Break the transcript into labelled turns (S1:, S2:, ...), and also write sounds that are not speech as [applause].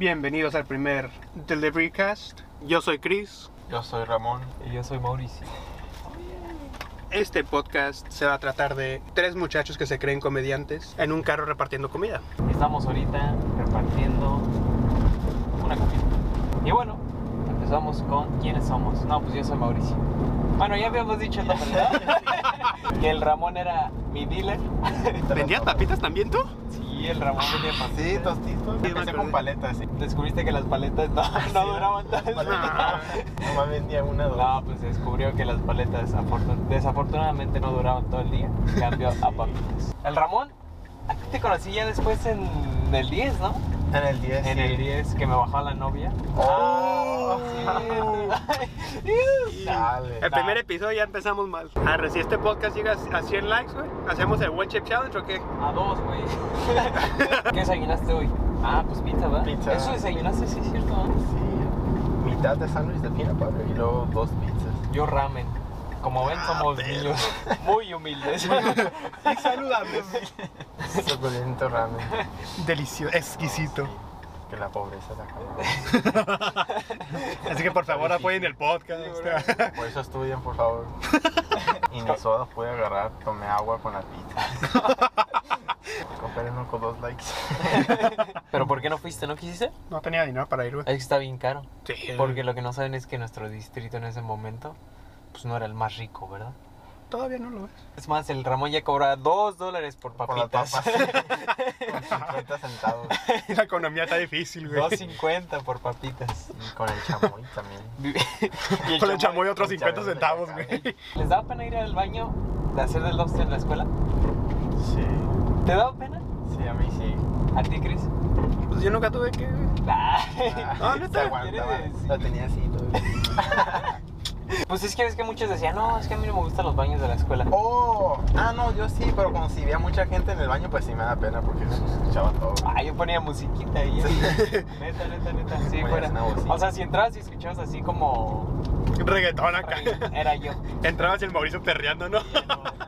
S1: Bienvenidos al primer Delivery Cast. Yo soy Chris.
S2: Yo soy Ramón.
S3: Y yo soy Mauricio.
S1: Este podcast se va a tratar de tres muchachos que se creen comediantes en un carro repartiendo comida.
S3: Estamos ahorita repartiendo una comida. Y bueno, empezamos con quiénes somos. No, pues yo soy Mauricio. Bueno, ya habíamos dicho el nombre, ¿verdad? [laughs] que el Ramón era mi dealer.
S1: ¿Vendías papitas también tú?
S3: Sí, el Ramón vendía
S2: Sí,
S3: pasitos.
S2: tostitos.
S1: me
S2: Empecé
S1: acordé.
S2: con paletas, sí.
S3: Ah, Descubriste que las paletas no, Ah, no duraban tanto.
S2: Paletas. Nomás vendía una dos.
S3: No, pues se descubrió que las paletas afortun- desafortunadamente no duraban todo el día. Cambió a papitas. El Ramón, a ti te conocí ya después en el 10, ¿no?
S2: En el 10.
S3: En
S2: sí.
S3: el 10 que me bajó la novia. Ah,
S2: Oh.
S3: Sí.
S2: Dale.
S1: El primer episodio ya empezamos mal. Arre, si este podcast llega a 100 likes, güey, ¿hacemos el One Chip Challenge o qué?
S3: A dos, güey. [laughs] ¿Qué desayunaste hoy? Ah, pues pizza, ¿verdad?
S2: Pizza.
S3: Eso desayunaste, sí, es cierto. ¿eh?
S2: Sí. Mitad de sándwich de fina, padre. Y luego dos
S3: [laughs]
S2: pizzas.
S3: Yo ramen. Como ven, somos niños Ah, [laughs] muy humildes.
S1: Y saludables.
S2: Suculento ramen.
S1: Delicioso, exquisito.
S2: Que la pobreza se acabó.
S1: Así que por favor apoyen el podcast.
S2: Por eso estudian, por favor. Y ni soda pude agarrar. Tomé agua con la pizza. Coopérenos con dos likes.
S3: [laughs] ¿Pero por qué no fuiste? ¿No quisiste?
S1: No tenía dinero para ir, güey.
S3: Es que está bien caro.
S1: Sí,
S3: Porque lo que no saben es que nuestro distrito en ese momento, pues no era el más rico, ¿verdad?
S1: todavía no lo es.
S3: Es más, el Ramón ya cobraba dos dólares por
S2: Por las
S3: papitas.
S2: papas.
S3: [laughs]
S2: 50 centavos.
S1: La economía está difícil, güey.
S3: 2.50 por [laughs] papitas.
S2: Y con el chamoy también.
S3: Vivi- y
S1: Con el chamoy otros
S2: el
S1: 50
S2: chamoy
S1: centavos,
S2: de la
S1: güey.
S3: ¿Les daba pena ir al baño de hacer del lobster en la escuela?
S2: Sí.
S3: ¿Te daba pena?
S2: Sí, a mí sí.
S3: ¿A ti, Chris?
S1: Pues yo nunca tuve que...
S3: [laughs] Nah.
S1: Ah,
S2: [laughs] no
S1: ¿neta?
S2: te aguantaba.
S3: ¿Quieres?
S2: La tenía así todo.
S3: Pues es que ves que muchos decían, no, es que a mí no me gustan los baños de la escuela.
S2: Oh, ah, no, yo sí, pero como si veía mucha gente en el baño, pues sí me da pena porque se escuchaba todo.
S3: Ah, yo ponía musiquita y Neta, neta, neta. Sí,
S2: Ponías
S3: fuera.
S2: una bocina.
S3: O sea, si entrabas y escuchabas así como.
S1: Reggaetón acá.
S3: Era yo.
S1: Entrabas y el Mauricio perreando, ¿no?
S3: Pero